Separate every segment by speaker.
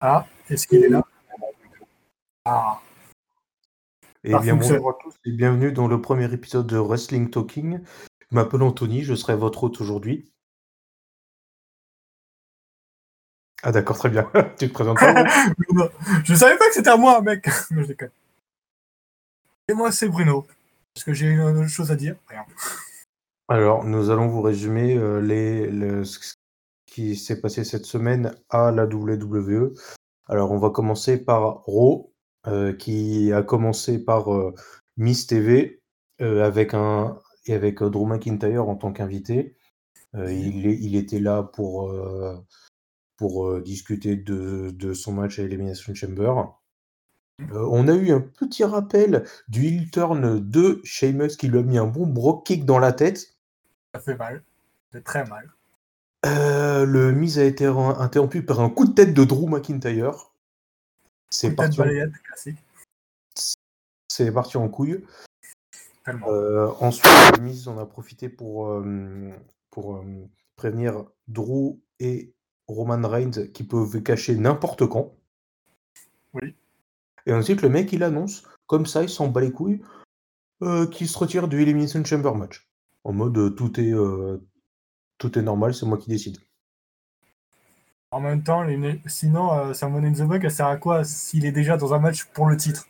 Speaker 1: Ah, est-ce qu'il est là Ah,
Speaker 2: Et eh
Speaker 1: Ça
Speaker 2: bien
Speaker 1: fonctionne.
Speaker 2: bonjour à tous et bienvenue dans le premier épisode de Wrestling Talking. Je m'appelle Anthony, je serai votre hôte aujourd'hui. Ah d'accord, très bien. tu te présentes pas bon
Speaker 1: je savais pas que c'était à moi, mec. Non, je déconne. Et moi, c'est Bruno. Est-ce que j'ai une autre chose à dire Rien.
Speaker 2: Alors, nous allons vous résumer euh, les, le- ce qui s'est passé cette semaine à la WWE. Alors, on va commencer par Raw, euh, qui a commencé par euh, Miss TV euh, avec un et avec euh, Drew McIntyre en tant qu'invité. Euh, il, est- il était là pour euh, pour euh, discuter de, de son match à Elimination Chamber. Euh, on a eu un petit rappel du heel turn de Sheamus qui lui a mis un bon brock kick dans la tête.
Speaker 1: Ça fait mal. C'est très mal.
Speaker 2: Euh, le mise a été re- interrompu par un coup de tête de Drew McIntyre. C'est
Speaker 1: Une tête
Speaker 2: parti, en-
Speaker 1: balayette classique.
Speaker 2: c'est parti en couille.
Speaker 1: Tellement.
Speaker 2: Euh, ensuite, le mise en a profité pour, euh, pour euh, prévenir Drew et Roman Reigns qui peuvent cacher n'importe quand.
Speaker 1: Oui.
Speaker 2: Et ensuite, le mec, il annonce, comme ça, il s'en bat les couilles, euh, qu'il se retire du Elimination Chamber match. En mode, euh, tout est, euh, tout est normal, c'est moi qui décide.
Speaker 1: En même temps, les- sinon, euh, sa Money in the Bank, elle sert à quoi s'il est déjà dans un match pour le titre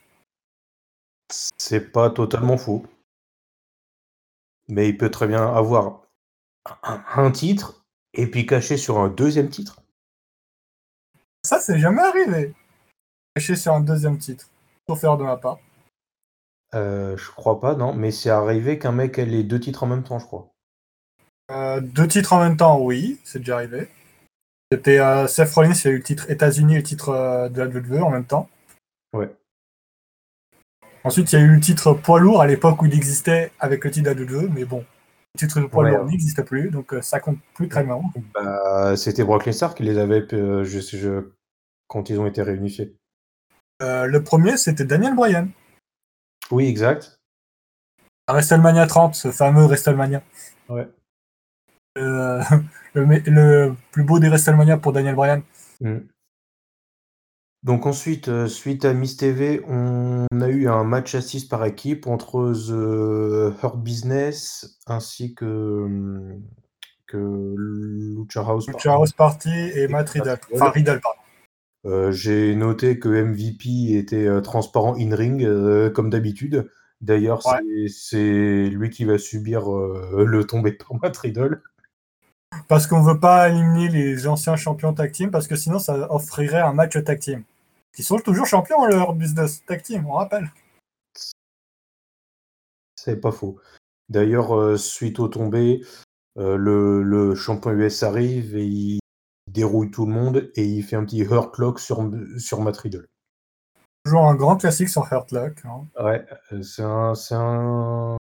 Speaker 2: C'est pas totalement faux. Mais il peut très bien avoir un, un titre et puis cacher sur un deuxième titre.
Speaker 1: Ça, c'est jamais arrivé. Caché sur un deuxième titre. Sauf faire de ma part.
Speaker 2: Euh, je crois pas, non. Mais c'est arrivé qu'un mec ait les deux titres en même temps, je crois.
Speaker 1: Euh, deux titres en même temps, oui, c'est déjà arrivé. C'était euh, Seth Rollins, il y a eu le titre États-Unis et le titre euh, de la WWE en même temps.
Speaker 2: Ouais.
Speaker 1: Ensuite, il y a eu le titre poids lourd à l'époque où il existait avec le titre de la WWE, mais bon, le titre de poids
Speaker 2: Ouais. hein.
Speaker 1: lourd n'existe plus, donc euh, ça compte plus très bien.
Speaker 2: Bah, c'était Brock Lesnar qui les avait euh, je, sais- je- quand ils ont été réunifiés.
Speaker 1: Euh, le premier, c'était Daniel Bryan.
Speaker 2: Oui, exact.
Speaker 1: À WrestleMania 30, ce fameux WrestleMania.
Speaker 2: Ouais.
Speaker 1: Euh, le, me- le plus beau des WrestleMania pour Daniel Bryan.
Speaker 2: Donc ensuite, euh, suite à Miss TV, on a eu un match à 6 par équipe entre The Hurt Business ainsi que, hum, que Lucha House.
Speaker 1: Lucha House Party et Matt Riddle. Enfin, Riddle, pardon.
Speaker 2: Euh, J'ai noté que MVP était euh, transparent in-ring, euh, comme d'habitude. D'ailleurs,
Speaker 1: Ouais.
Speaker 2: c'est- c'est lui qui va subir euh, le tombé par Matt Riddle.
Speaker 1: Parce qu'on veut pas éliminer les anciens champions tag team, parce que sinon ça offrirait un match tag team. Ils sont toujours champions, hein, leur business tag team, on rappelle.
Speaker 2: C'est pas faux. D'ailleurs, euh, suite au tombé, euh, le, le champion US arrive et il dérouille tout le monde et il fait un petit hurt lock sur, sur Matt Riddle.
Speaker 1: Toujours un grand classique sur Hurt Lock. hein.
Speaker 2: Ouais, euh, c'est un, c'est un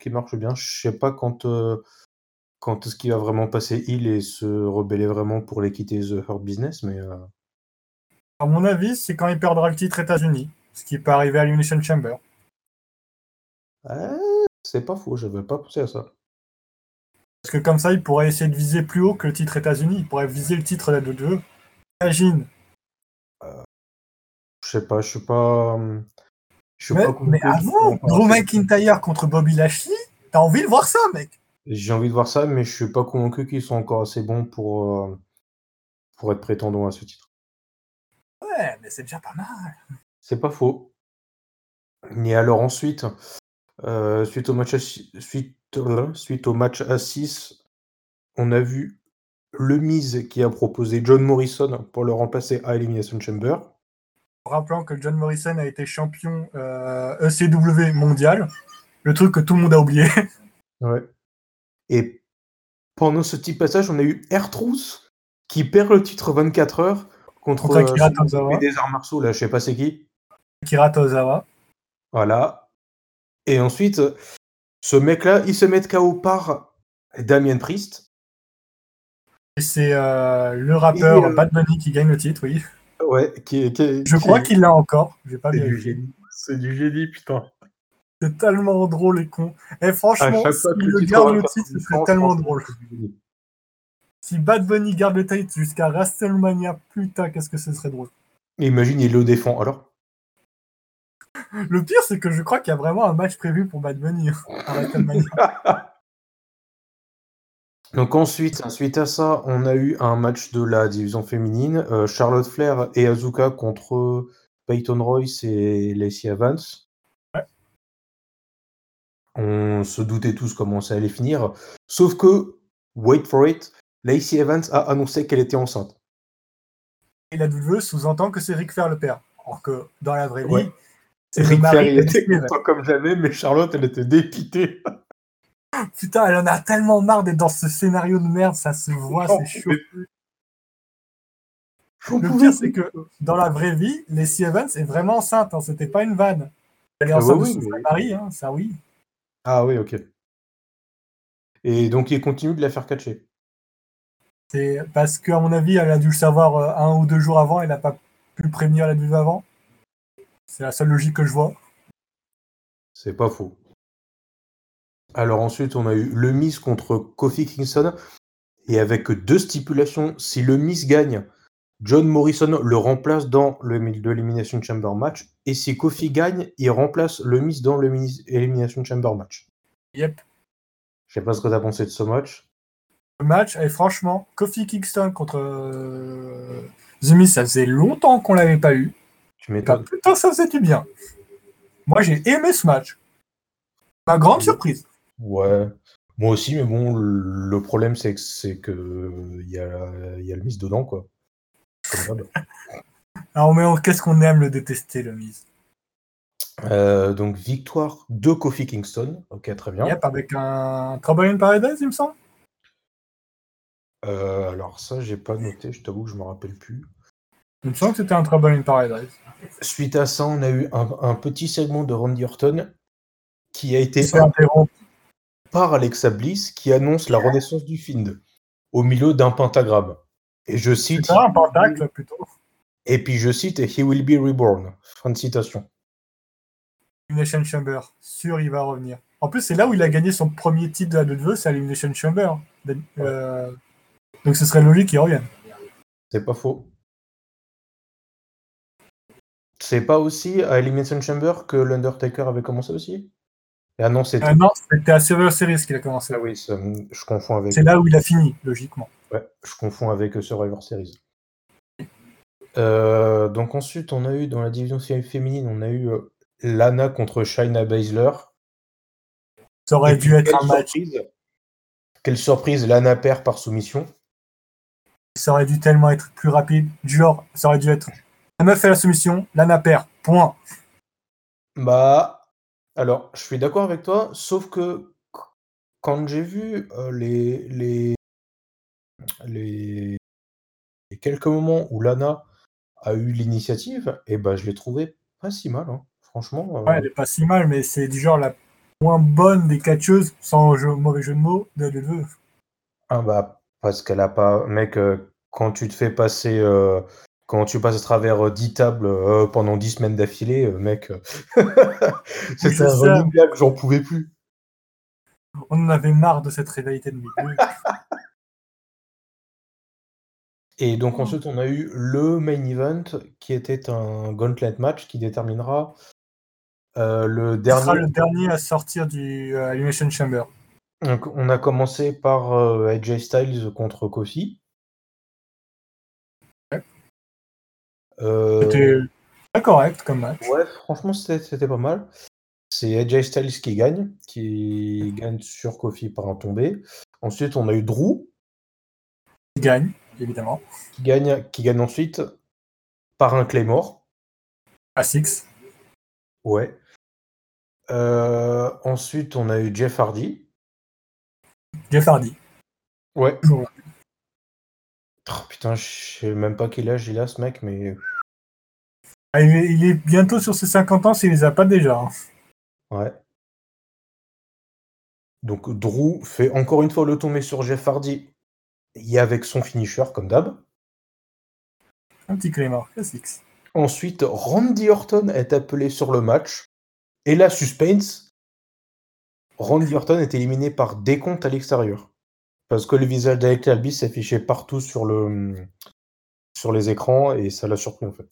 Speaker 2: qui marche bien. Je sais pas quand, euh, quand ce qui va vraiment passer il et se rebeller vraiment pour l'équité The Hurt Business, mais euh,
Speaker 1: À mon avis, c'est quand il perdra le titre États-Unis, ce qui peut arriver à l'Unition Chamber.
Speaker 2: ouais, c'est pas faux, j'avais pas pensé à ça.
Speaker 1: Parce que comme ça, il pourrait essayer de viser plus haut que le titre États-Unis. Il pourrait viser le titre de la WWE. Imagine.
Speaker 2: Je sais pas, je suis pas. hum, Je suis
Speaker 1: Mais,
Speaker 2: pas
Speaker 1: mais
Speaker 2: convaincu de
Speaker 1: avant,
Speaker 2: comment
Speaker 1: Drew
Speaker 2: penser.
Speaker 1: McIntyre contre Bobby Lashley, t'as envie de voir ça, mec.
Speaker 2: J'ai envie de voir ça, mais je suis pas convaincu qu'ils sont encore assez bons pour, euh, pour être prétendants à ce titre.
Speaker 1: Ouais, mais c'est déjà pas mal.
Speaker 2: C'est pas faux. Et alors ensuite, euh, suite au match à six- suite, euh, suite au match à 6, on a vu le Miz qui a proposé John Morrison pour le remplacer à Elimination Chamber.
Speaker 1: Rappelons que John Morrison a été champion euh, ECW mondial. Le truc que tout le monde a oublié.
Speaker 2: Ouais. Et pendant ce petit passage, on a eu Ertrus qui perd le titre 24 heures contre,
Speaker 1: Contre Akira
Speaker 2: celui qui
Speaker 1: Tozawa.
Speaker 2: fait des arts martiaux, là, je sais pas c'est qui.
Speaker 1: Akira Tozawa.
Speaker 2: Voilà. Et ensuite, ce mec-là, il se met KO par Damien Priest.
Speaker 1: Et c'est euh, le rappeur
Speaker 2: Et, euh,
Speaker 1: Bad Bunny qui gagne le titre, oui.
Speaker 2: Ouais, qui, est- qui est-
Speaker 1: Je
Speaker 2: qui
Speaker 1: crois
Speaker 2: est-
Speaker 1: qu'il l'a encore. J'ai pas
Speaker 2: C'est du
Speaker 1: vérifié.
Speaker 2: génie. C'est du génie, putain.
Speaker 1: C'est tellement drôle les cons. Et
Speaker 2: À
Speaker 1: franchement,
Speaker 2: chaque
Speaker 1: si
Speaker 2: fois que le
Speaker 1: le
Speaker 2: titre
Speaker 1: garde
Speaker 2: aura
Speaker 1: le
Speaker 2: pas
Speaker 1: titre, ce
Speaker 2: de chance,
Speaker 1: serait tellement
Speaker 2: je pense que
Speaker 1: drôle.
Speaker 2: c'est du génie.
Speaker 1: Si Bad Bunny garde le titre jusqu'à WrestleMania, putain, qu'est-ce que ce serait drôle.
Speaker 2: Imagine, il le défend. Alors
Speaker 1: Le pire, c'est que je crois qu'il y a vraiment un match prévu pour Bad Bunny hein, à WrestleMania.
Speaker 2: Donc ensuite, suite à ça, on a eu un match de la division féminine. euh, Charlotte Flair et Azuka contre Peyton Royce et Lacey Evans.
Speaker 1: Ouais.
Speaker 2: On se doutait tous comment ça allait finir. Sauf que, wait for it, Lacey Evans a annoncé qu'elle était enceinte.
Speaker 1: Et la WWE sous-entend que c'est Ric Flair le père. Alors que dans la vraie vie,
Speaker 2: Ouais.
Speaker 1: c'est le mari
Speaker 2: il
Speaker 1: de
Speaker 2: était
Speaker 1: Lacey Evans.
Speaker 2: content comme jamais, mais Charlotte, elle était dépitée.
Speaker 1: Putain, elle en a tellement marre d'être dans ce scénario de merde, ça se voit,
Speaker 2: Non,
Speaker 1: c'est chaud.
Speaker 2: mais- J'en
Speaker 1: Le
Speaker 2: pouvais
Speaker 1: pire,
Speaker 2: plus.
Speaker 1: c'est que dans la vraie vie, Lacey Evans est vraiment enceinte, hein, c'était pas une vanne. Elle est
Speaker 2: Ah
Speaker 1: enceinte
Speaker 2: oui,
Speaker 1: de son
Speaker 2: mais-
Speaker 1: mari, hein, ça oui.
Speaker 2: Ah oui, ok. Et donc, il continue de la faire catcher.
Speaker 1: C'est parce qu'à mon avis, elle a dû le savoir euh, un ou deux jours avant, elle n'a pas pu prévenir la vue avant. C'est la seule logique que je vois.
Speaker 2: C'est pas faux. Alors ensuite, on a eu le Miss contre Kofi Kingston. Et avec deux stipulations, si le Miss gagne, John Morrison le remplace dans le de l'Elimination Chamber match. Et si Kofi gagne, il remplace le Miss dans le Miss Elimination Chamber match.
Speaker 1: Yep.
Speaker 2: Je sais pas ce que t'as pensé de ce match.
Speaker 1: Le match, et franchement, Kofi Kingston contre euh, The Miz, ça faisait longtemps qu'on l'avait pas eu.
Speaker 2: Tu
Speaker 1: Et bah,
Speaker 2: m'étonnes.
Speaker 1: putain, ça faisait du bien. Moi, j'ai aimé ce match. Ma grande surprise.
Speaker 2: Ouais. Moi aussi, mais bon, le problème, c'est que c'est que il y a, il y a le Miss dedans, quoi. Comme d'hab.
Speaker 1: Alors, mais on- qu'est-ce qu'on aime le détester, le Miz
Speaker 2: Euh, donc victoire de Kofi Kingston. Ok, très bien.
Speaker 1: Yep, avec un Trouble in Paradise, il me semble.
Speaker 2: Euh, alors ça, j'ai pas noté, je t'avoue que je me rappelle plus.
Speaker 1: Il me semble que c'était un Trouble in Paradise.
Speaker 2: Suite à ça, on a eu un, un petit segment de Randy Orton qui a été
Speaker 1: Il se fait interrompre.
Speaker 2: par Alexa Bliss qui annonce la renaissance du Find au milieu d'un pentagramme. Et je
Speaker 1: C'est
Speaker 2: cite,
Speaker 1: pas un pentacle, plutôt.
Speaker 2: et puis je cite, He will be reborn. Fin de citation.
Speaker 1: Elimination Chamber. Sûr, il va revenir. En plus, c'est là où il a gagné son premier titre de la WWE, c'est à l'Elimination Chamber. Dan- euh, Donc, ce serait logique qu'il revienne.
Speaker 2: C'est pas faux. C'est pas aussi à Elimination Chamber que l'Undertaker avait commencé aussi Ah non, c'était...
Speaker 1: Ah non, c'était à Survivor Series qu'il a commencé.
Speaker 2: Ah oui, ça- je confonds avec...
Speaker 1: C'est là où il a fini, logiquement.
Speaker 2: Ouais, je confonds avec euh, Survivor Series. Euh, donc ensuite, on a eu dans la division fé- féminine, on a eu euh, Lana contre Shayna Baszler.
Speaker 1: Ça aurait
Speaker 2: Et puis,
Speaker 1: dû être
Speaker 2: quelle
Speaker 1: un match.
Speaker 2: surprise Quelle surprise, Lana perd par soumission.
Speaker 1: Ça aurait dû tellement être plus rapide. Du Genre, ça aurait dû être. La meuf fait la soumission, Lana perd. Point.
Speaker 2: Bah, alors, je suis d'accord avec toi, sauf que qu- quand j'ai vu euh, les, les, les, les quelques moments où Lana a eu l'initiative, et ben je l'ai trouvé pas si mal, hein. Franchement. euh,
Speaker 1: Ouais, elle est pas si mal, mais c'est du genre la moins bonne des catcheuses, sans jeu- mauvais jeu de mots, de la WWE.
Speaker 2: Ah bah parce qu'elle a pas mec euh, quand tu te fais passer euh, quand tu passes à travers euh, 10 tables euh, pendant 10 semaines d'affilée euh, mec euh, c'était
Speaker 1: c'est
Speaker 2: un
Speaker 1: ça.
Speaker 2: running gag j'en pouvais plus
Speaker 1: On en avait marre de cette rivalité de WWE.
Speaker 2: et donc
Speaker 1: Mm.
Speaker 2: ensuite on a eu le main event qui était un gauntlet match qui déterminera euh, le
Speaker 1: Ce sera
Speaker 2: dernier
Speaker 1: le dernier à sortir du euh, Elimination Chamber.
Speaker 2: donc on a commencé par euh, AJ Styles contre Kofi
Speaker 1: Ouais.
Speaker 2: Euh,
Speaker 1: C'était pas correct comme match.
Speaker 2: Ouais, franchement, c'était c'était pas mal. C'est AJ Styles qui gagne, qui gagne sur Kofi par un tombé. Ensuite, on a eu Drew
Speaker 1: Il gagne, évidemment.
Speaker 2: qui gagne, qui gagne ensuite par un Claymore.
Speaker 1: À 6.
Speaker 2: Ouais. Euh, ensuite, on a eu Jeff Hardy.
Speaker 1: Jeff Hardy.
Speaker 2: Ouais.
Speaker 1: Toujours là.
Speaker 2: Oh, putain, je sais même pas quel âge il a ce mec, mais
Speaker 1: Ah, il, est, il est bientôt sur ses 50 ans s'il les a pas déjà. hein.
Speaker 2: ouais. Donc Drew fait encore une fois le tombé sur Jeff Hardy. Et avec son finisher, comme d'hab.
Speaker 1: Un petit Claymore. À 6.
Speaker 2: Ensuite, Randy Orton est appelé sur le match. Et là, suspense, Randy Orton est éliminé par décompte à l'extérieur. Parce que le visage d'Alex Albi s'affichait partout sur, le, sur les écrans et ça l'a surpris en fait.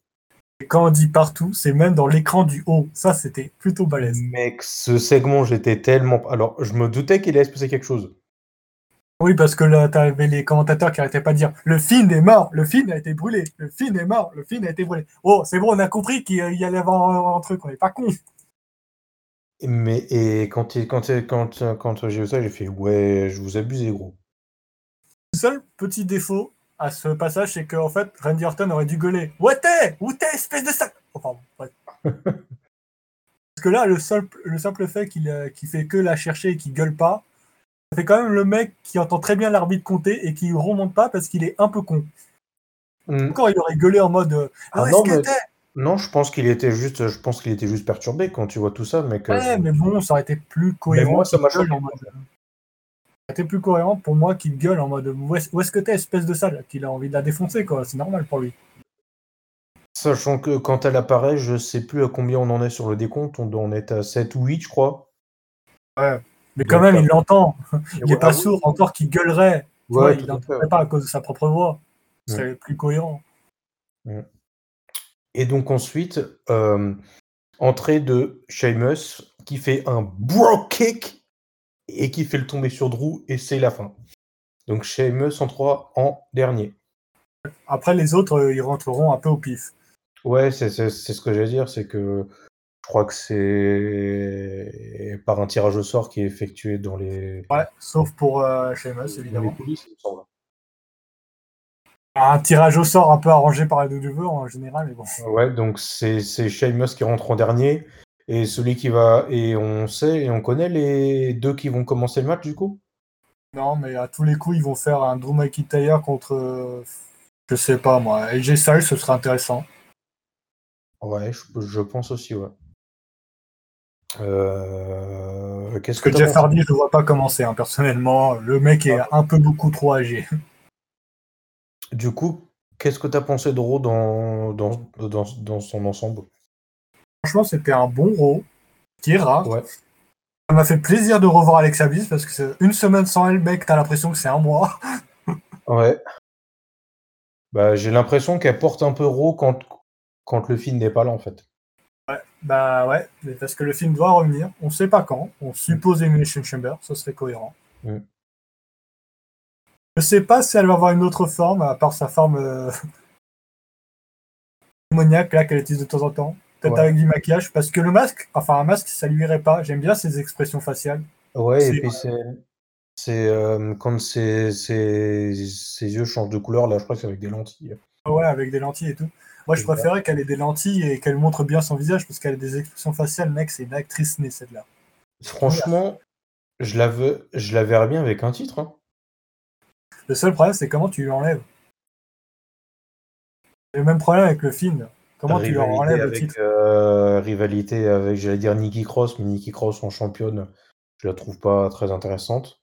Speaker 1: Et quand on dit partout, c'est même dans l'écran du haut. Ça, c'était plutôt balèze.
Speaker 2: Mec, ce segment, j'étais tellement. Alors, je me doutais qu'il allait se passer quelque chose.
Speaker 1: Oui, parce que là, t'avais les commentateurs qui arrêtaient pas de dire le film est mort, le film a été brûlé, le film est mort, le film a été brûlé. Oh, c'est bon, on a compris qu'il y allait avoir un truc, on n'est pas con.
Speaker 2: Mais et quand, il- quand, il- quand, euh, quand j'ai vu ça, j'ai fait ouais, je vous abusez, gros.
Speaker 1: Le seul petit défaut à ce passage, c'est qu'en fait, Randy Orton aurait dû gueuler Où t'es Où t'es, espèce de sac Oh, pardon, ouais. Parce que là, le, seul, le simple fait qu'il euh, qu'il fait que la chercher et qu'il gueule pas, ça fait quand même le mec qui entend très bien l'arbitre compter et qui remonte pas parce qu'il est un peu con.
Speaker 2: Mm.
Speaker 1: Encore, il aurait gueulé en mode euh,
Speaker 2: Ah
Speaker 1: Où est-ce
Speaker 2: non,
Speaker 1: que
Speaker 2: mais-
Speaker 1: t'es
Speaker 2: Non, je pense qu'il était juste, je pense qu'il était juste perturbé quand tu vois tout ça, mais que.
Speaker 1: Ouais, mais bon, ça aurait été plus
Speaker 2: Mais
Speaker 1: cohérent.
Speaker 2: moi, ça m'a
Speaker 1: qu'il gueule
Speaker 2: choqué.
Speaker 1: en mode, euh, Ça aurait été plus cohérent pour moi qu'il gueule en mode Où est-ce où est-ce que t'es, espèce de sale Qu'il a envie de la défoncer, quoi. C'est normal pour lui.
Speaker 2: Sachant que quand elle apparaît, je sais plus à combien on en est sur le décompte. On en est à 7 ou 8, je crois.
Speaker 1: Mais quand
Speaker 2: Donc,
Speaker 1: même, il
Speaker 2: euh,
Speaker 1: l'entend. Il n'est
Speaker 2: Ouais,
Speaker 1: pas
Speaker 2: ah oui.
Speaker 1: sourd encore qu'il gueulerait. Tu vois,
Speaker 2: Ouais, tout
Speaker 1: il
Speaker 2: à fait,
Speaker 1: n'entendrait
Speaker 2: ouais.
Speaker 1: pas à cause de sa propre voix. Ce serait plus cohérent.
Speaker 2: Et donc ensuite, euh, entrée de Sheamus qui fait un bro kick et qui fait le tomber sur Drew et c'est la fin. Donc Sheamus en 3 en dernier.
Speaker 1: Après, les autres, euh, ils rentreront un peu au pif.
Speaker 2: Ouais, c'est c'est- c'est ce que j'allais dire, c'est que je crois que c'est par un tirage au sort qui est effectué dans les,
Speaker 1: Ouais, sauf pour euh, Sheamus,
Speaker 2: dans les
Speaker 1: évidemment.
Speaker 2: coulisses, il me semble.
Speaker 1: Un tirage au sort un peu arrangé par la WWE en général, mais bon. Euh,
Speaker 2: Ouais, donc c'est c'est Sheamus qui rentre en dernier et celui qui va et on sait et on connaît les deux qui vont commencer le match du coup.
Speaker 1: Non, mais à tous les coups, ils vont faire un Drew McIntyre contre. euh, je sais pas, moi. AJ Styles, ce serait intéressant.
Speaker 2: Ouais, je, je pense aussi ouais. Euh,
Speaker 1: Parce
Speaker 2: Qu'est-ce
Speaker 1: que
Speaker 2: t'as
Speaker 1: Jeff
Speaker 2: pensé
Speaker 1: Hardy, je le vois pas commencer, hein, personnellement. Le mec est un peu beaucoup trop âgé.
Speaker 2: Du coup, qu'est-ce que tu as pensé de Raw dans, dans, dans, dans son ensemble
Speaker 1: Franchement, c'était un bon Raw, qui est rare.
Speaker 2: Ouais.
Speaker 1: Ça m'a fait plaisir de revoir Alexa Bliss parce que c'est une semaine sans elle, mec, t'as l'impression que c'est un mois.
Speaker 2: Ouais. Bah, j'ai l'impression qu'elle porte un peu Raw quand, quand le film n'est pas là, en fait.
Speaker 1: Bah ouais, mais parce que le film doit revenir. On sait pas quand. On suppose Elimination Chamber, ça serait cohérent.
Speaker 2: Mm.
Speaker 1: Je sais pas si elle va avoir une autre forme, à part sa forme euh, démoniaque là qu'elle utilise de temps en temps. Peut-être
Speaker 2: Ouais.
Speaker 1: avec du maquillage, parce que le masque, enfin un masque, ça lui irait pas. J'aime bien ses expressions faciales.
Speaker 2: Ouais,
Speaker 1: C'est-
Speaker 2: et puis c'est. C'est euh, quand ses, ses, ses yeux changent de couleur, là je crois que c'est avec des lentilles.
Speaker 1: Ah Ouais, avec des lentilles et tout. Moi, je
Speaker 2: Exact.
Speaker 1: préférais qu'elle ait des lentilles et qu'elle montre bien son visage, parce qu'elle a des expressions faciales, mec, c'est une actrice née, celle-là.
Speaker 2: Franchement, je la, veux, je la verrais bien avec un titre. hein.
Speaker 1: Le seul problème, c'est comment tu lui enlèves. Le même problème avec le film. Comment tu leur
Speaker 2: Rivalité
Speaker 1: enlèves le
Speaker 2: avec,
Speaker 1: titre
Speaker 2: euh, Rivalité avec, j'allais dire Nikki Cross, mais Nikki Cross en championne, je la trouve pas très intéressante.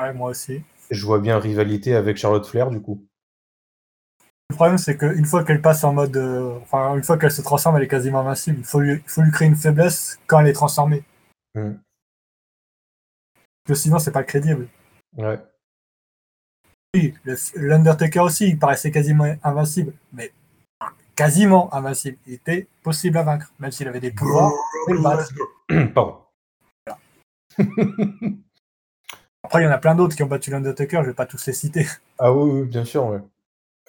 Speaker 1: Ouais, moi aussi.
Speaker 2: Je vois bien rivalité avec Charlotte Flair, du coup.
Speaker 1: Le problème, c'est qu'une fois qu'elle passe en mode. euh, enfin, une fois qu'elle se transforme, elle est quasiment invincible. Il faut lui, il faut lui créer une faiblesse quand elle est transformée.
Speaker 2: Hmm.
Speaker 1: Parce que sinon, c'est pas crédible.
Speaker 2: Ouais.
Speaker 1: Oui, le- l'Undertaker aussi, il paraissait quasiment invincible. Mais quasiment invincible. Il était possible à vaincre, même s'il avait des pouvoirs. il pouvait le battre.
Speaker 2: Pardon.
Speaker 1: Après, il y en a plein d'autres qui ont battu l'Undertaker, je vais pas tous les citer.
Speaker 2: Ah oui, oui, bien sûr, ouais.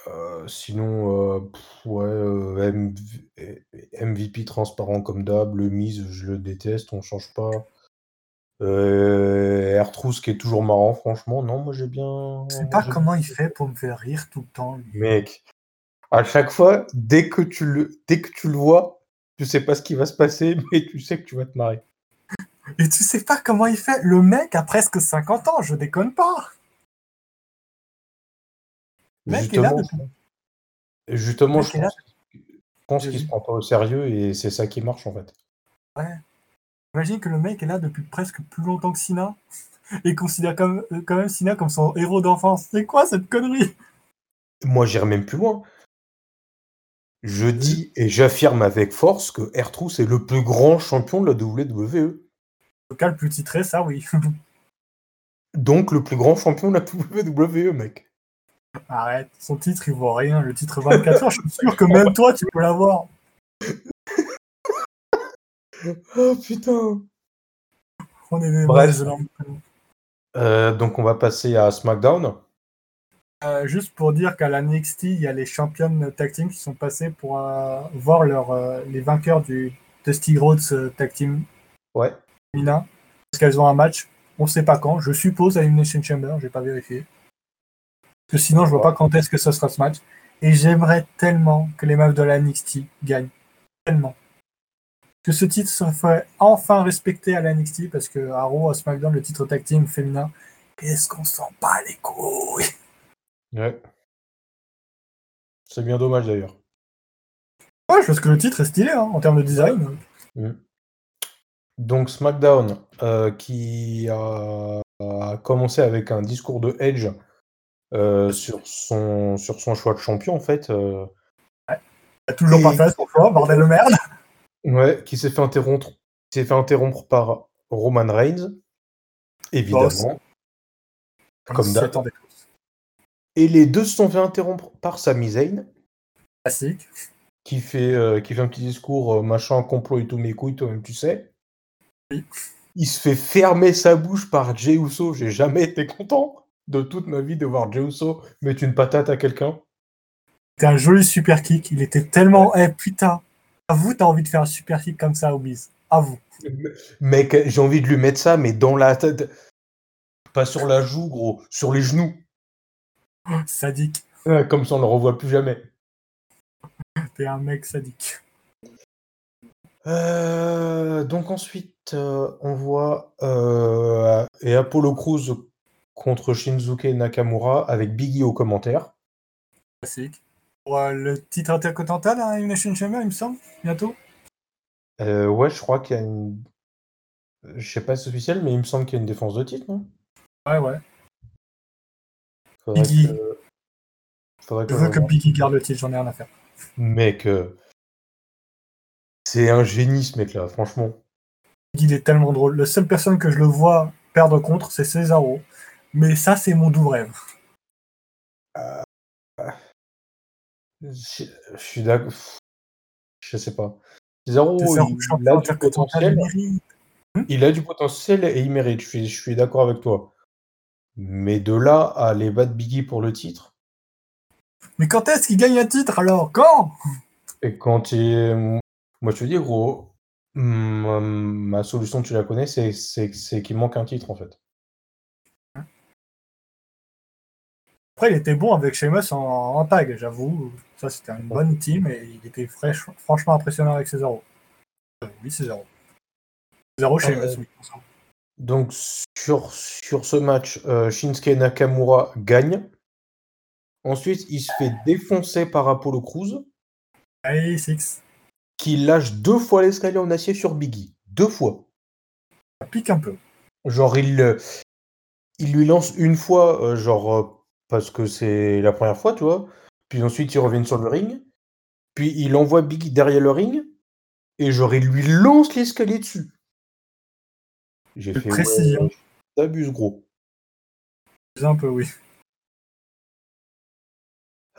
Speaker 2: Euh, sinon, euh, pff, ouais, euh, M- eh, MVP transparent comme d'hab, le mise, je le déteste, on change pas. Euh, Ertrus qui est toujours marrant, franchement, non, moi j'ai bien.
Speaker 1: Je sais pas
Speaker 2: j'ai-
Speaker 1: comment il fait pour me faire rire tout le temps, lui.
Speaker 2: Mec, à chaque fois, dès que tu le, dès que tu le vois, tu sais pas ce qui va se passer, mais tu sais que tu vas te marrer.
Speaker 1: Et tu sais pas comment il fait Le mec a presque 50 ans, je déconne pas. Mec est là
Speaker 2: Justement, je- justement,
Speaker 1: Mec
Speaker 2: je
Speaker 1: est là
Speaker 2: pense, je pense
Speaker 1: J'ai
Speaker 2: qu'il
Speaker 1: vu.
Speaker 2: se prend pas au sérieux et c'est ça qui marche en fait.
Speaker 1: Imagine que le mec est là depuis presque plus longtemps que Sina et considère comme- euh, quand même Sina comme son héros d'enfance. C'est quoi cette connerie
Speaker 2: Moi, j'irais même plus loin. Je dis et j'affirme avec force que Ertrus est le E. plus grand champion de la WWE.
Speaker 1: Local plus titré, ça oui.
Speaker 2: Donc le plus grand champion de la WWE, mec.
Speaker 1: Arrête, son titre, il vaut rien. Le titre 24 heures, je suis sûr que même toi, tu peux l'avoir.
Speaker 2: Oh putain.
Speaker 1: On est des
Speaker 2: Bref.
Speaker 1: mauvaises langues.
Speaker 2: Euh, donc on va passer à SmackDown.
Speaker 1: Euh, juste pour dire qu'à la NXT, il y a les championnes tag team qui sont passées pour euh, voir leur, euh, les vainqueurs du Dusty Rhodes euh, tag team
Speaker 2: Ouais.
Speaker 1: Mina. Parce qu'elles ont un match, on sait pas quand. Je suppose à Elimination Chamber, j'ai pas vérifié. Parce que sinon, je vois pas quand est-ce que ce sera ce match. Et j'aimerais tellement que les meufs de la NXT gagnent. Tellement. Que ce titre se ferait enfin respecter à la NXT parce que à Raw, à SmackDown, le titre tag team féminin, qu'est-ce qu'on s'en bat les couilles
Speaker 2: Ouais. C'est bien dommage d'ailleurs.
Speaker 1: Ouais, je pense que le titre est stylé hein, en termes de design.
Speaker 2: Donc SmackDown euh, qui a, a commencé avec un discours de Edge euh, sur, son, sur son choix de champion en fait, euh,
Speaker 1: Il a toujours
Speaker 2: Et-
Speaker 1: pas fait son choix, bordel de merde.
Speaker 2: ouais, qui s'est fait interrompre, qui s'est fait interrompre par Roman Reigns, évidemment,
Speaker 1: Boss.
Speaker 2: comme d'hab.
Speaker 1: Attendez.
Speaker 2: Et les deux se sont fait interrompre par Sami Zayn,
Speaker 1: Classique.
Speaker 2: qui fait, euh, qui fait un petit discours euh, machin, complot et tout mes couilles, toi-même tu sais.
Speaker 1: Oui.
Speaker 2: Il se fait fermer sa bouche par Jey Uso. J'ai jamais été content de toute ma vie de voir Jey Uso mettre une patate à quelqu'un.
Speaker 1: C'était un joli super kick. Il était tellement. Eh putain, à vous, t'as envie de faire un super kick comme ça, Obiz. À vous.
Speaker 2: Mec, j'ai envie de lui mettre ça, mais dans la tête. Pas sur la joue, gros, sur les genoux.
Speaker 1: Sadique.
Speaker 2: Euh, Comme ça, on le revoit plus jamais.
Speaker 1: T'es un mec sadique.
Speaker 2: Euh, donc ensuite, euh, on voit euh, et Apollo Crews contre Shinsuke Nakamura avec Biggie au commentaire.
Speaker 1: Classique. Pour euh, le titre intercontinental à Elimination Chamber, il me semble, bientôt.
Speaker 2: Euh, ouais, je crois qu'il y a une. Je sais pas si c'est officiel, mais il me semble qu'il y a une défense de titre, non
Speaker 1: Ouais, ouais.
Speaker 2: Faudrait
Speaker 1: Biggie.
Speaker 2: que- Faudrait que
Speaker 1: Je
Speaker 2: je
Speaker 1: veux que
Speaker 2: regarde.
Speaker 1: Biggie garde le titre, j'en ai rien à faire.
Speaker 2: Mec, euh, c'est un génie ce mec-là, franchement.
Speaker 1: Biggie, il est tellement drôle. La seule personne que je le vois perdre contre, c'est Cesaro. Mais ça, c'est mon doux rêve.
Speaker 2: Je je suis d'accord. Je sais pas. Cesaro,
Speaker 1: Cesaro,
Speaker 2: Oh, il, il
Speaker 1: champion
Speaker 2: a du
Speaker 1: intercontinental, il
Speaker 2: potentiel.
Speaker 1: mérite.
Speaker 2: Il a du potentiel et il mérite. Je suis, je suis d'accord avec toi. Mais de là à les battre Biggie pour le titre,
Speaker 1: Mais quand est-ce qu'il gagne un titre alors Quand
Speaker 2: et quand il- moi je te dis gros, ma, ma solution tu la connais, c'est- c'est c'est qu'il manque un titre en fait.
Speaker 1: Après, il était bon avec Sheamus en, en tag, j'avoue. Ça, c'était une bonne team et il était fraîche- franchement impressionnant avec Cesaro. Euh, oui, Cesaro. Cesaro,
Speaker 2: Ah,
Speaker 1: Sheamus, oui.
Speaker 2: Donc sur, sur ce match, euh, Shinsuke Nakamura gagne. Ensuite, il se fait défoncer par Apollo Crews,
Speaker 1: Allez, Six,
Speaker 2: qui lâche deux fois l'escalier en acier sur Biggie. Deux fois.
Speaker 1: ça pique un peu.
Speaker 2: Genre, il, le- il lui lance une fois, euh, genre, euh, parce que c'est la première fois, tu vois. Puis ensuite, ils reviennent sur le ring. Puis il envoie Biggie derrière le ring. Et genre, il lui lance l'escalier dessus. J'ai
Speaker 1: Quelle
Speaker 2: fait.
Speaker 1: précision.
Speaker 2: ouais, T'abuses, gros.
Speaker 1: Un peu, oui.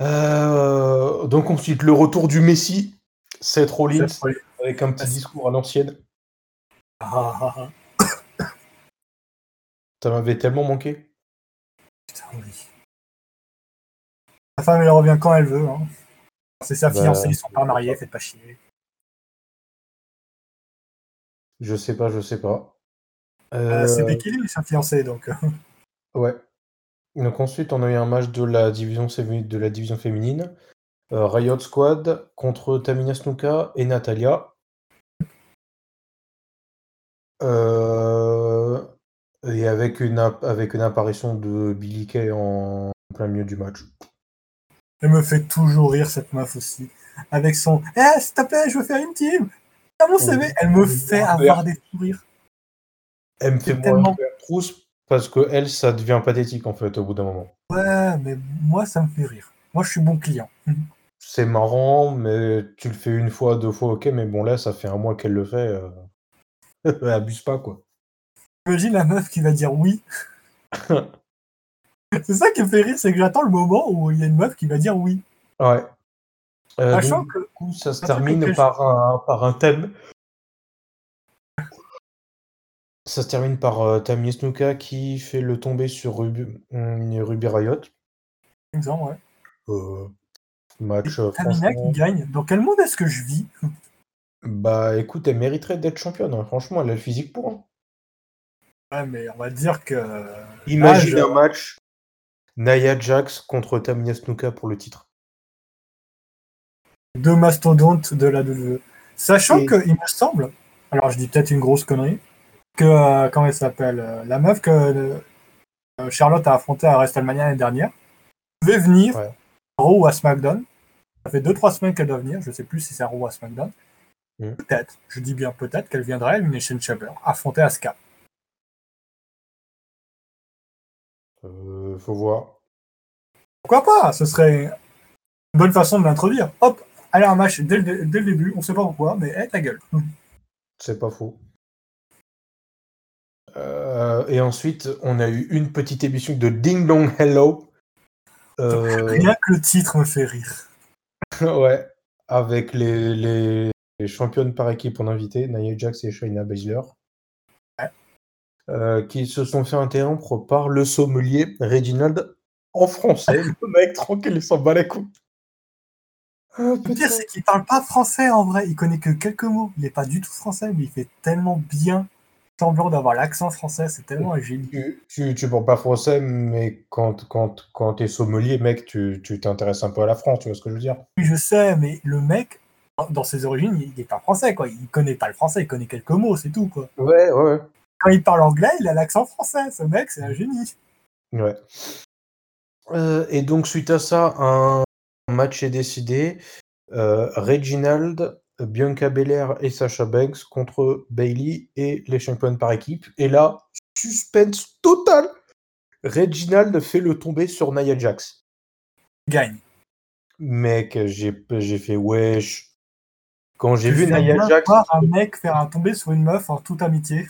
Speaker 2: Euh, donc ensuite, le retour du Messi. Seth Rollins
Speaker 1: Seth Rollins.
Speaker 2: avec un petit discours à l'ancienne.
Speaker 1: Ah, ah, ah,
Speaker 2: Ça m'avait tellement manqué.
Speaker 1: putain, oui. La femme, elle revient quand elle veut. hein. C'est sa
Speaker 2: Bah,
Speaker 1: fiancée, ils sont pas mariés, faites pas chier.
Speaker 2: Je sais pas, je sais pas.
Speaker 1: Euh, C'est
Speaker 2: Euh,
Speaker 1: Becky Lynch, sa fiancée, donc. euh,
Speaker 2: Ouais. Donc ensuite, on a eu un match de la division, sémi- de la division féminine. Euh, Riot Squad contre Tamina Snuka et Natalia. Euh, Et avec une, app- avec une apparition de Billy Kay en plein milieu du match.
Speaker 1: Elle me fait toujours rire, cette meuf aussi. Avec son Eh, s'il te plaît, je veux faire une team Ah, mon CV Elle me fait avoir des sourires.
Speaker 2: Elle me fait
Speaker 1: tellement-
Speaker 2: moins rire que Trousse parce que elle, ça devient pathétique en fait au bout d'un moment.
Speaker 1: Ouais, mais moi, ça me fait rire. Moi, je suis bon client.
Speaker 2: C'est marrant, mais tu le fais une fois, deux fois, ok, mais bon là, ça fait un mois qu'elle le fait. euh, Abuse pas quoi.
Speaker 1: Imagine la meuf qui va dire oui C'est ça qui me fait rire, c'est que j'attends le moment où il y a une meuf qui va dire oui.
Speaker 2: Ouais. Euh, donc,
Speaker 1: Sachant Ah, que
Speaker 2: du coup, ça
Speaker 1: Sachant
Speaker 2: se
Speaker 1: que
Speaker 2: termine
Speaker 1: quelque
Speaker 2: par un, par un thème. Ça se termine par euh, Tam Yesnuka qui fait le tomber sur Ruby, hum, Ruby Riot.
Speaker 1: exemple, ouais.
Speaker 2: Euh, match, euh,
Speaker 1: Tamina
Speaker 2: franchement,
Speaker 1: qui gagne. Dans quel monde est-ce que je vis
Speaker 2: Bah écoute, elle mériterait d'être championne. hein. Franchement, elle a le physique pour. hein.
Speaker 1: Ouais, mais on va dire que.
Speaker 2: Imagine
Speaker 1: Ah, je-
Speaker 2: un match Naya Jax contre Tam Yesnuka pour le titre.
Speaker 1: Deux mastodontes de la WWE. Sachant
Speaker 2: Et-
Speaker 1: que, il me semble, alors je dis peut-être une grosse connerie, que, euh, comment elle s'appelle euh, La meuf que euh, Charlotte a affrontée à WrestleMania l'année dernière devait venir
Speaker 2: Ouais.
Speaker 1: à Raw ou à SmackDown. Ça fait 2-3 semaines qu'elle doit venir, je sais plus si c'est à Raw ou à SmackDown.
Speaker 2: Mhm.
Speaker 1: Peut-être, je dis bien peut-être qu'elle viendrait à Elimination Chamber, affronter Asuka.
Speaker 2: Euh, faut voir.
Speaker 1: Pourquoi pas Ce serait une bonne façon de l'introduire. Hop, elle a un match dès le, dès le début, on sait pas pourquoi, mais hé, ta gueule.
Speaker 2: C'est pas faux. Euh, et ensuite, on a eu une petite émission de Ding Dong Hello. Euh,
Speaker 1: Rien que le titre me fait rire.
Speaker 2: ouais, avec les, les- les championnes par équipe en invité, Nia Jax et Shayna Baszler,
Speaker 1: Ouais.
Speaker 2: euh, qui se sont fait interrompre par le sommelier Reginald en français. le mec, tranquille, il s'en bat les couilles. Ah,
Speaker 1: Le
Speaker 2: putain.
Speaker 1: pire, c'est qu'il parle pas français en vrai. Il connaît que quelques mots. Il est pas du tout français, mais il fait tellement bien semblant d'avoir l'accent français. C'est tellement un génie.
Speaker 2: Tu, tu, tu parles pas français, mais quand, quand, quand t'es sommelier, mec, tu tu t'intéresses un peu à la France, tu vois ce que je veux dire?
Speaker 1: Oui, Je sais, mais le mec, dans ses origines, il est pas français, quoi. Il connaît pas le français, il connaît quelques mots, c'est tout, quoi.
Speaker 2: Ouais, ouais.
Speaker 1: Quand il parle anglais, il a l'accent français. Ce mec, c'est un génie.
Speaker 2: Ouais. Euh, et donc, suite à ça, un match est décidé. Euh, Reginald, Bianca Belair et Sasha Banks contre Bailey et les championnes par équipe. Et là, suspense total. Reginald fait le tomber sur Nia Jax.
Speaker 1: Il gagne.
Speaker 2: Mec, j'ai j'ai fait wesh. Quand j'ai
Speaker 1: Tu
Speaker 2: vu
Speaker 1: fais
Speaker 2: Nia
Speaker 1: bien
Speaker 2: Jax,
Speaker 1: voir un mec faire un tombé sur une meuf en toute amitié.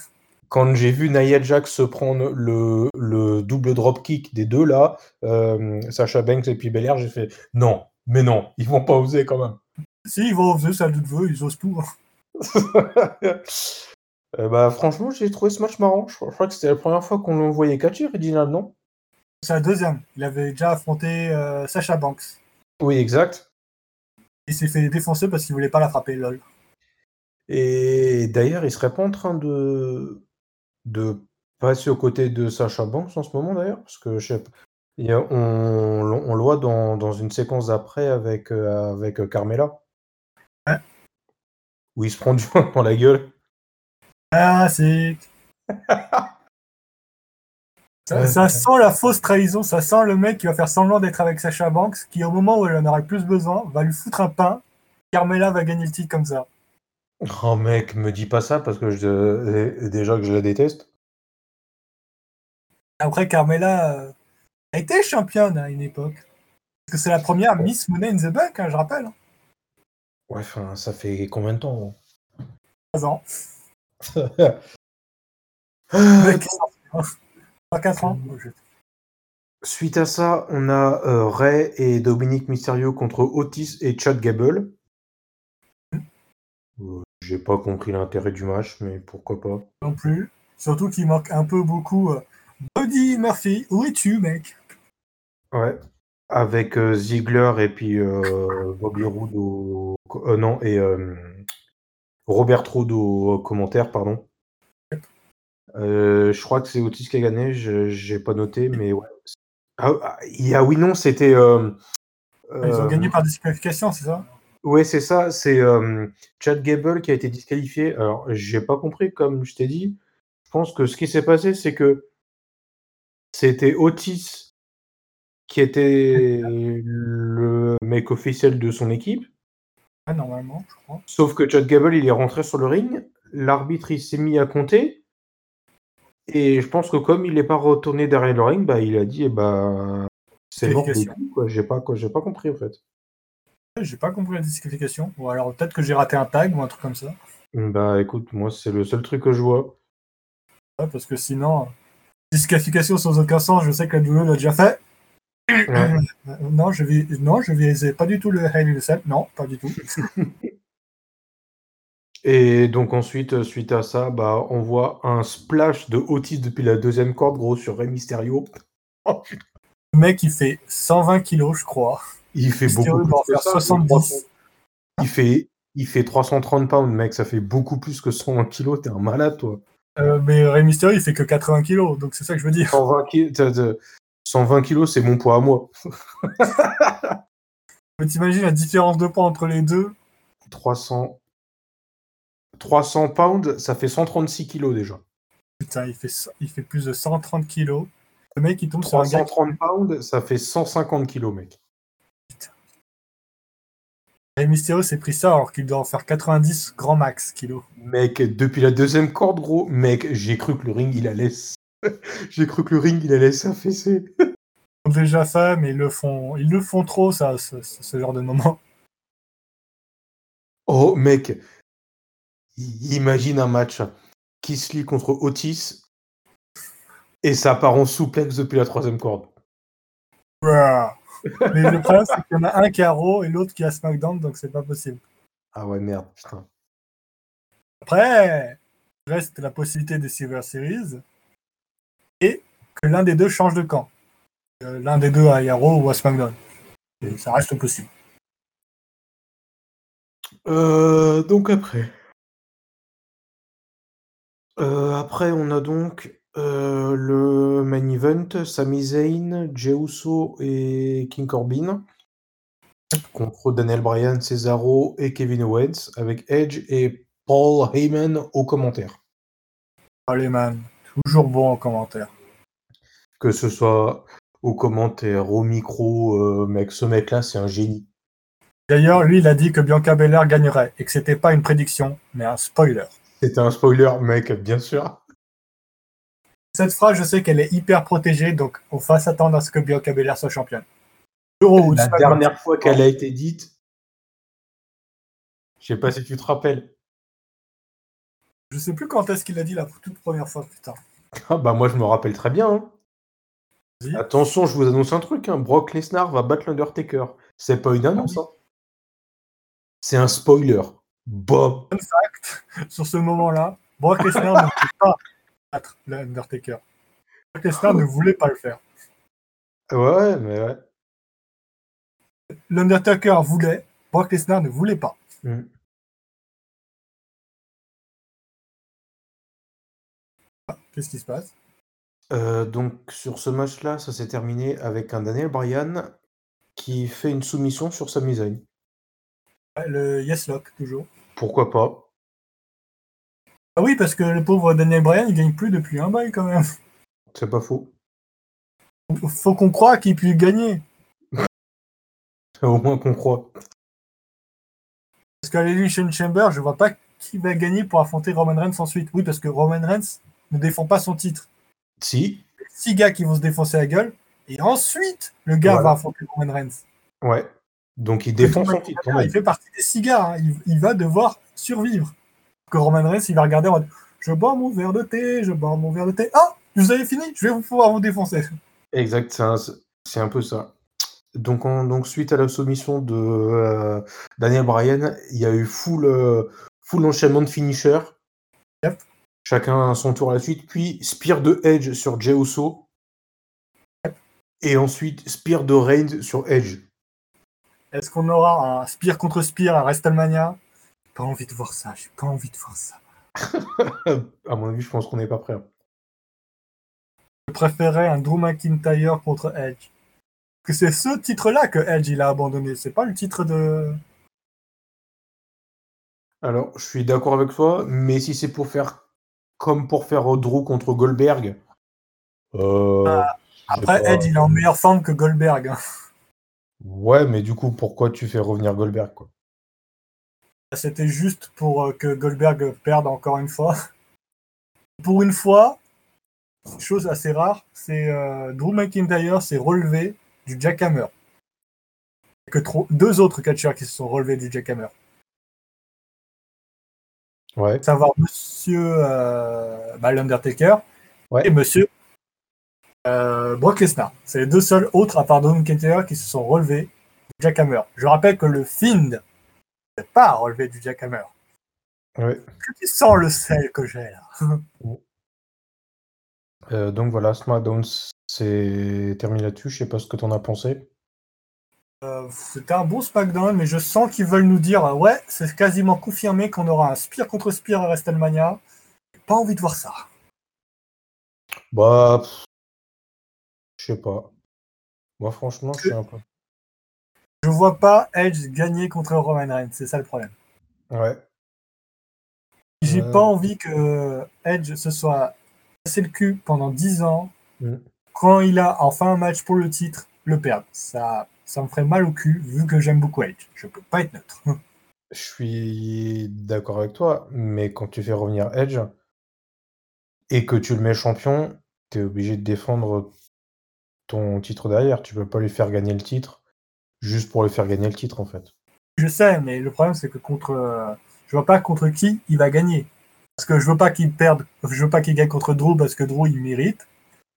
Speaker 2: quand j'ai vu Nia Jax se prendre le, le double drop kick des deux là, euh, Sasha Banks et puis Belair, j'ai fait non, mais non, ils vont pas oser quand même.
Speaker 1: Si, ils vont aux yeux, ça doute veut, ils osent tout. hein.
Speaker 2: Euh, bah franchement, j'ai trouvé ce match marrant. Je crois, je crois que c'était la première fois qu'on l'envoyait catcher, Reginald, non
Speaker 1: C'est la deuxième. Il avait déjà affronté euh, Sacha Banks.
Speaker 2: Oui, exact.
Speaker 1: Il s'est fait défoncer parce qu'il voulait pas la frapper, lol.
Speaker 2: Et d'ailleurs, il serait pas en train de de passer aux côtés de Sasha Banks en ce moment d'ailleurs, parce que je sais pas. il y a- on, l'on- on le voit dans, dans une séquence d'après avec, euh, avec euh, Carmela.
Speaker 1: Ouais.
Speaker 2: Où il se prend du poing dans la gueule.
Speaker 1: Ah, c'est. ça, ça sent la fausse trahison, ça sent le mec qui va faire semblant d'être avec Sacha Banks, qui au moment où elle en aura le plus besoin, va lui foutre un pain. Carmela va gagner le titre comme ça.
Speaker 2: Oh mec, me dis pas ça parce que je, euh, déjà que je la déteste.
Speaker 1: Après, Carmela euh, a été championne à une époque. Parce que c'est la première Miss Money in the Bank, hein, je rappelle. hein.
Speaker 2: Ouais, enfin, ça fait combien de temps?
Speaker 1: Trois ans.
Speaker 2: Ah,
Speaker 1: Ouais, qu'est-ce que ça fait, hein. Trois, quatre ans. Je-
Speaker 2: Suite à ça, on a euh, Ray et Dominique Mysterio contre Otis et Chad Gable. Euh, J'ai pas compris l'intérêt du match, mais pourquoi pas.
Speaker 1: Non plus. Surtout qu'il manque un peu beaucoup. euh, Buddy Murphy, où es-tu, mec
Speaker 2: Ouais. Avec euh, Ziggler et puis euh, Bobby Roode au... euh, non, et euh, Robert Roode au commentaire, pardon. Euh, je crois que c'est Otis qui a gagné, je- j'ai pas noté, mais ouais. Ah, ah, il y a oui, non, c'était. euh,
Speaker 1: Ah, Ils ont
Speaker 2: euh,
Speaker 1: gagné par disqualification, c'est ça
Speaker 2: Ouais, c'est ça, c'est euh, Chad Gable qui a été disqualifié. Alors, j'ai pas compris, comme je t'ai dit. Je pense que ce qui s'est passé, c'est que c'était Otis qui était le mec officiel de son équipe,
Speaker 1: Ouais, normalement, je crois.
Speaker 2: sauf que Chad Gable, il est rentré sur le ring, l'arbitre, il s'est mis à compter, et je pense que comme il n'est pas retourné derrière le ring, bah, il a dit, eh bah, c'est mort de
Speaker 1: Disqualification.
Speaker 2: tout, quoi. J'ai pas, quoi, j'ai pas compris, en fait.
Speaker 1: J'ai pas compris la disqualification. Ou alors peut-être que j'ai raté un tag ou un truc comme ça.
Speaker 2: Bah, écoute, moi, c'est le seul truc que je vois.
Speaker 1: Ouais, parce que sinon, disqualification sans aucun sens, je sais que la WWE l'a déjà fait.
Speaker 2: Ouais.
Speaker 1: Euh, Non, je vis, non, je visais pas du tout le Hell in a Cell. Non, pas du tout.
Speaker 2: Et donc ensuite, euh, suite à ça, bah, on voit un splash de Otis depuis la deuxième corde, gros, sur Rey Mysterio. Oh,
Speaker 1: Le mec, il fait 120 kilos, je crois.
Speaker 2: Il fait
Speaker 1: Mysterio
Speaker 2: beaucoup
Speaker 1: doit en
Speaker 2: plus que
Speaker 1: faire
Speaker 2: ça,
Speaker 1: 70.
Speaker 2: Il fait, il fait 330 pounds, mec. Ça fait beaucoup plus que 120 kilos. T'es un malade, toi.
Speaker 1: Euh, mais Rey Mysterio, il fait que 80 kilos, donc c'est ça que je veux dire.
Speaker 2: 120, ki- t'as- t'as- 120 kilos, c'est mon poids à moi.
Speaker 1: Mais T'imagines la différence de poids entre les deux
Speaker 2: 300... 300 pounds, ça fait 136 kilos déjà.
Speaker 1: Putain, il fait, so- il fait plus de 130 kilos. Le mec, il tombe sur un gars.
Speaker 2: 330 pounds, ça fait 150 kilos, mec.
Speaker 1: Rey Mysterio s'est pris ça alors qu'il doit en faire 90 grand max kilos.
Speaker 2: Mec, depuis la deuxième corde, gros, mec, j'ai cru que le ring, il allait... s- j'ai cru que le ring, il allait s'affaisser.
Speaker 1: Ils l'ont déjà fait, mais ils le font, ils le font trop, ça, ce, ce- ce genre de moment.
Speaker 2: Oh, mec, i- imagine un match. Kisly contre Otis, et ça part en souplex depuis la troisième corde.
Speaker 1: Ouah. Mais le problème, c'est qu'il y en a un qui est à Raw et l'autre qui est à SmackDown, donc c'est pas possible.
Speaker 2: Ah ouais, merde, putain.
Speaker 1: Après, reste la possibilité des Silver Series et que l'un des deux change de camp. Euh, L'un des deux à Raw ou à SmackDown. Et ça reste possible.
Speaker 2: Euh, donc après. Euh, après, on a donc euh, le main event, Sami Zayn, Jey Uso et King Corbin contre Daniel Bryan, Cesaro et Kevin Owens avec Edge et Paul Heyman au commentaire.
Speaker 1: Allez, Oh, man. Toujours bon en commentaire.
Speaker 2: Que ce soit au commentaire, au micro, euh, mec, ce mec-là, c'est un génie.
Speaker 1: D'ailleurs, lui, il a dit que Bianca Belair gagnerait et que c'était pas une prédiction, mais un spoiler.
Speaker 2: C'était un spoiler, mec, bien sûr.
Speaker 1: Cette phrase, je sais qu'elle est hyper protégée, donc on va s'attendre à ce que Bianca Belair soit championne. Euro ou
Speaker 2: La
Speaker 1: SmackDown.
Speaker 2: dernière fois qu'elle a été dite, je sais pas si tu te rappelles.
Speaker 1: Je sais plus quand est-ce qu'il l'a dit la toute première fois, putain.
Speaker 2: Ah bah moi je me rappelle très bien. hein.
Speaker 1: Vas-y.
Speaker 2: Attention, je vous annonce un truc, hein. Brock Lesnar va battre l'Undertaker. C'est pas une annonce, hein. c'est un spoiler. Bob.
Speaker 1: Sur ce moment-là, Brock Lesnar ne voulait pas battre l'Undertaker. Brock Lesnar ne voulait pas le faire.
Speaker 2: Ouais, mais ouais.
Speaker 1: L'Undertaker voulait, Brock Lesnar ne voulait pas.
Speaker 2: Mm.
Speaker 1: Ah, Qu'est-ce qui se passe
Speaker 2: Euh, donc sur ce match-là, ça s'est terminé avec un Daniel Bryan qui fait une soumission sur sa Zayn.
Speaker 1: Ah, Le Yes Lock, toujours.
Speaker 2: Pourquoi pas
Speaker 1: Ah oui, parce que le pauvre Daniel Bryan, il gagne plus depuis un bail quand même.
Speaker 2: C'est pas faux.
Speaker 1: Faut qu'on croit qu'il puisse gagner.
Speaker 2: Au moins qu'on croit.
Speaker 1: Parce qu'à l'Elimination Chamber, je vois pas qui va gagner pour affronter Roman Reigns ensuite. Oui, parce que Roman Reigns ne défend pas son titre.
Speaker 2: Si,
Speaker 1: Six gars qui vont se défoncer la gueule. Et ensuite, le gars
Speaker 2: Voilà.
Speaker 1: va affronter Roman Reigns.
Speaker 2: Ouais. Donc il défend son titre hein, quand
Speaker 1: Il
Speaker 2: même.
Speaker 1: fait partie des six gars. hein. Il, il va devoir survivre. Que Roman Reigns, il va regarder en mode Je bois mon verre de thé, je bois mon verre de thé. Ah, vous avez fini Je vais vous pouvoir vous défoncer.
Speaker 2: Exact, c'est un, c'est un peu ça. Donc, en- donc suite à la soumission de euh, Daniel Bryan, il y a eu full, euh, full enchaînement de finishers.
Speaker 1: Yep.
Speaker 2: Chacun à son tour à la suite. Puis Spear de Edge sur Jey Uso. Et ensuite Spear de Reigns sur Edge.
Speaker 1: Est-ce qu'on aura un Spear contre Spear à WrestleMania J'ai Pas envie de voir ça. J'ai pas envie de voir ça.
Speaker 2: à mon avis, je pense qu'on n'est pas prêt. hein.
Speaker 1: Je préférais un Drew McIntyre contre Edge. Que c'est ce titre-là que Edge il a abandonné. C'est pas le titre de.
Speaker 2: Alors, je suis d'accord avec toi, mais si c'est pour faire comme pour faire Drew contre Goldberg. euh, je sais
Speaker 1: Ah, Après,
Speaker 2: pas.
Speaker 1: Edge il est en meilleure forme que Goldberg. hein.
Speaker 2: Ouais, mais du coup, pourquoi tu fais revenir Goldberg, quoi
Speaker 1: C'était juste pour euh, que Goldberg perde encore une fois. Pour une fois, chose assez rare, c'est euh, Drew McIntyre s'est relevé du Jackhammer. Que trop- deux autres catcheurs qui se sont relevés du Jackhammer.
Speaker 2: Ouais.
Speaker 1: savoir Monsieur euh, bah, l'Undertaker
Speaker 2: Ouais.
Speaker 1: et Monsieur euh, Brock Lesnar. C'est les deux seuls autres, à part Don Kettier, qui se sont relevés du Jackhammer. Je rappelle que le Find n'est pas relevé du Jackhammer.
Speaker 2: Ouais.
Speaker 1: Que Tu sens le sel que j'ai là.
Speaker 2: Euh, donc voilà, SmackDown, c'est terminé là-dessus. Je sais pas ce que t'en as pensé.
Speaker 1: Euh, C'était un bon SmackDown, mais je sens qu'ils veulent nous dire euh, ouais, c'est quasiment confirmé qu'on aura un Spear contre Spear à WrestleMania. J'ai Pas envie de voir ça.
Speaker 2: Bah, pff, je sais pas. Moi, franchement, je suis un peu.
Speaker 1: Je vois pas Edge gagner contre Roman Reigns, c'est ça le problème.
Speaker 2: Ouais.
Speaker 1: J'ai
Speaker 2: Ouais.
Speaker 1: pas envie que Edge se soit cassé le cul pendant 10 ans.
Speaker 2: Mm.
Speaker 1: Quand il a enfin un match pour le titre, le perdre. Ça, ça me ferait mal au cul vu que j'aime beaucoup Edge. Je peux pas être neutre.
Speaker 2: Je suis d'accord avec toi, mais quand tu fais revenir Edge et que tu le mets champion, tu es obligé de défendre ton titre derrière. Tu peux pas lui faire gagner le titre juste pour lui faire gagner le titre, en fait.
Speaker 1: Je sais, mais le problème c'est que contre, euh, je vois pas contre qui il va gagner. Parce que je veux pas qu'il perde, je veux pas qu'il gagne contre Drew parce que Drew il mérite.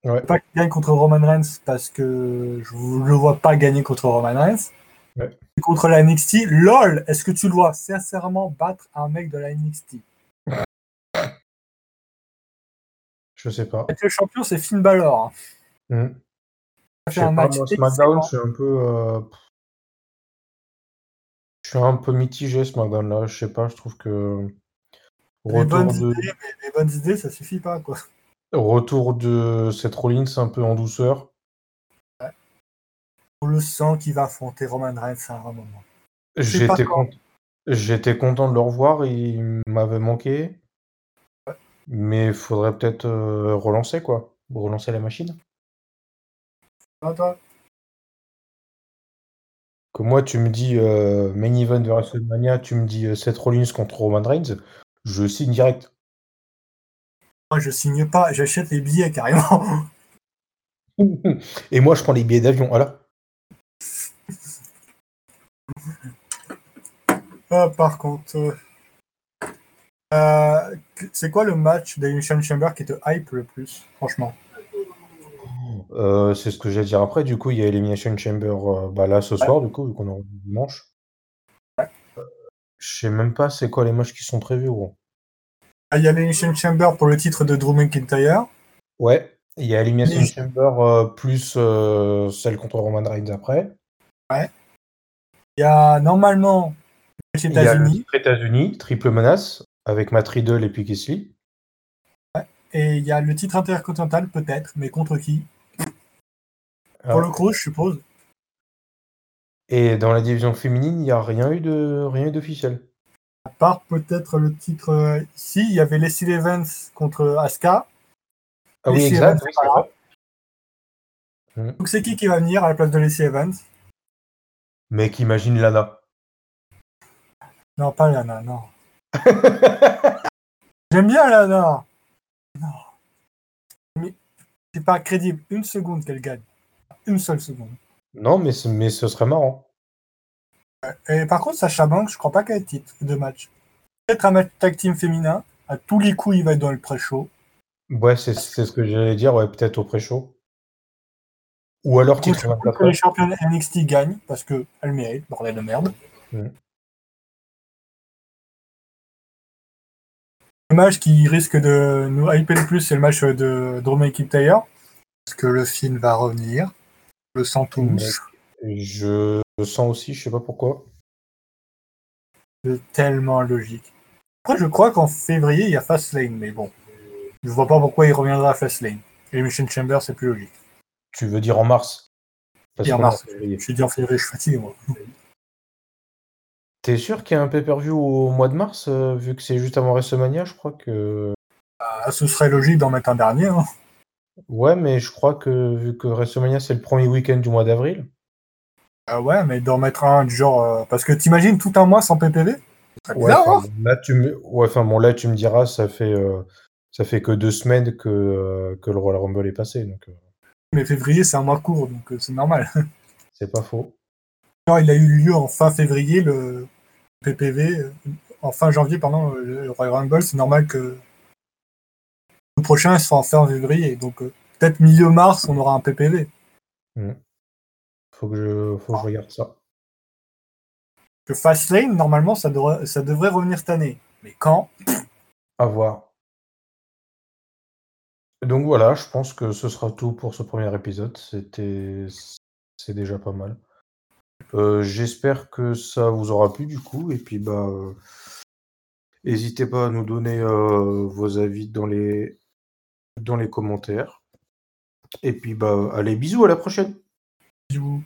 Speaker 2: Ouais.
Speaker 1: Je veux pas qu'il gagne contre Roman Reigns parce que je le vois pas gagner contre Roman Reigns.
Speaker 2: Ouais.
Speaker 1: Et Contre la NXT, lol, est-ce que tu dois sincèrement battre un mec de la NXT
Speaker 2: Je sais pas.
Speaker 1: Être le champion, c'est Finn Balor. hein.
Speaker 2: Hmm.
Speaker 1: Ça
Speaker 2: Je
Speaker 1: fait
Speaker 2: sais
Speaker 1: un
Speaker 2: pas,
Speaker 1: match
Speaker 2: moi, SmackDown,
Speaker 1: excellent.
Speaker 2: je suis un peu. euh, Je suis un peu mitigé, SmackDown, là. Je sais pas, je trouve que.
Speaker 1: Les bonnes,
Speaker 2: Retour de,
Speaker 1: idées, mais les bonnes idées, ça suffit pas quoi.
Speaker 2: retour de cette Rollins un peu en douceur.
Speaker 1: On le sent qu'il va affronter Roman Reigns à un moment. sais pas
Speaker 2: J'étais
Speaker 1: quand.
Speaker 2: con- j'étais content de le revoir, il m'avait manqué. Mais il faudrait peut-être euh, relancer, quoi. Relancer la machine.
Speaker 1: Toi, toi
Speaker 2: Que moi, tu me dis euh, main event de WrestleMania, tu me dis euh, Seth Rollins contre Roman Reigns, je signe direct.
Speaker 1: Moi, je signe pas, j'achète les billets carrément.
Speaker 2: Et moi, je prends les billets d'avion. Voilà.
Speaker 1: Ah, par contre, euh, euh, c'est quoi le match d'Elimination Chamber qui te hype le plus, franchement
Speaker 2: Euh, c'est ce que j'allais dire après. Du coup, il y a Elimination Chamber euh, bah, là ce soir, du coup, vu qu'on est en dimanche.
Speaker 1: Ouais.
Speaker 2: Euh, je sais même pas c'est quoi les matchs qui sont prévus, gros.
Speaker 1: Ah, Il y a l'Elimination Chamber pour le titre de Drew McIntyre.
Speaker 2: Ouais, il y a Elimination
Speaker 1: Mais-
Speaker 2: Chamber euh, plus euh, celle contre Roman Reigns après.
Speaker 1: Il y a normalement les
Speaker 2: Il y a le
Speaker 1: États-Unis
Speaker 2: titre États-Unis, triple menace avec Matt Riddle et puis Kisly.
Speaker 1: et il y a le titre intercontinental, peut-être, mais contre qui
Speaker 2: Ah.
Speaker 1: Pour le coup, je suppose.
Speaker 2: Et dans la division féminine, il n'y a rien eu de rien eu d'officiel.
Speaker 1: À part peut-être le titre euh, ici, il y avait Leslie Evans contre Asuka.
Speaker 2: Ah oui,
Speaker 1: Ici,
Speaker 2: exact.
Speaker 1: c'est
Speaker 2: oui,
Speaker 1: pas
Speaker 2: c'est
Speaker 1: grave.
Speaker 2: vrai.
Speaker 1: Donc c'est qui qui va venir à la place de Leslie Evans
Speaker 2: Mec, imagine Lana.
Speaker 1: Non, pas Lana, non. J'aime bien Lana. Non. Mais c'est pas crédible. Une seconde qu'elle gagne. Une seule seconde.
Speaker 2: non, mais, ce- mais ce serait marrant.
Speaker 1: Euh, Et par contre, Sacha Banks, je crois pas qu'elle ait titre de match. Peut-être un match tag team féminin. À tous les coups, il va être dans le pré-show.
Speaker 2: Ouais, c'est c'est ce que j'allais dire, ouais, peut-être au pré-show. Ou alors
Speaker 1: Contre
Speaker 2: titre 24
Speaker 1: que les champions NXT gagnent parce que elle mérite, bordel de merde.
Speaker 2: Mm.
Speaker 1: Le match qui risque de nous hyper le plus, c'est le match de Drew McIntyre. Parce que le film va revenir. Le sent
Speaker 2: Mm.
Speaker 1: tous.
Speaker 2: Je le sens aussi, je sais pas pourquoi.
Speaker 1: C'est tellement logique. Après, je crois qu'en février, il y a Fastlane, mais bon. Je vois pas pourquoi il reviendra à Fastlane. Et Mission Chamber, c'est plus logique.
Speaker 2: Tu veux dire en mars Parce
Speaker 1: Et en
Speaker 2: qu'on est
Speaker 1: mars.
Speaker 2: février.
Speaker 1: Je suis dit en février, je suis fatigué, moi.
Speaker 2: T'es sûr qu'il y a un pay-per-view au mois de mars, euh, vu que c'est juste avant WrestleMania, je crois que.
Speaker 1: Ah, ce serait logique d'en mettre un dernier. hein.
Speaker 2: Ouais, mais je crois que vu que WrestleMania c'est le premier week-end du mois d'avril,
Speaker 1: Ah ouais, mais d'en mettre un du genre. euh, Parce que t'imagines tout un mois sans PPV C'est
Speaker 2: ouais,
Speaker 1: bizarre, hein
Speaker 2: enfin, là tu me, ouais, enfin bon là tu me diras, ça fait euh, ça fait que deux semaines que euh, que le Royal Rumble est passé, donc euh,
Speaker 1: Mais février, c'est un mois court, donc euh, c'est normal.
Speaker 2: c'est pas faux.
Speaker 1: Genre, il a eu lieu en fin février, le PPV. euh, En fin janvier, pardon, le le Royal Rumble, c'est normal que le prochain soit en fin février. Donc, euh, peut-être milieu mars, on aura un PPV.
Speaker 2: Faut que je, faut que je
Speaker 1: Ah.
Speaker 2: regarde ça.
Speaker 1: Que Fastlane, normalement, ça devrait, ça devrait revenir cette année. Mais quand
Speaker 2: À voir. Donc voilà, je pense que ce sera tout pour ce premier épisode. C'était, c'est déjà pas mal. Euh, J'espère que ça vous aura plu du coup. Et puis bah, euh, n'hésitez pas à nous donner euh, vos avis dans les dans les commentaires. Et puis bah, allez bisous à la prochaine.
Speaker 1: Bisous.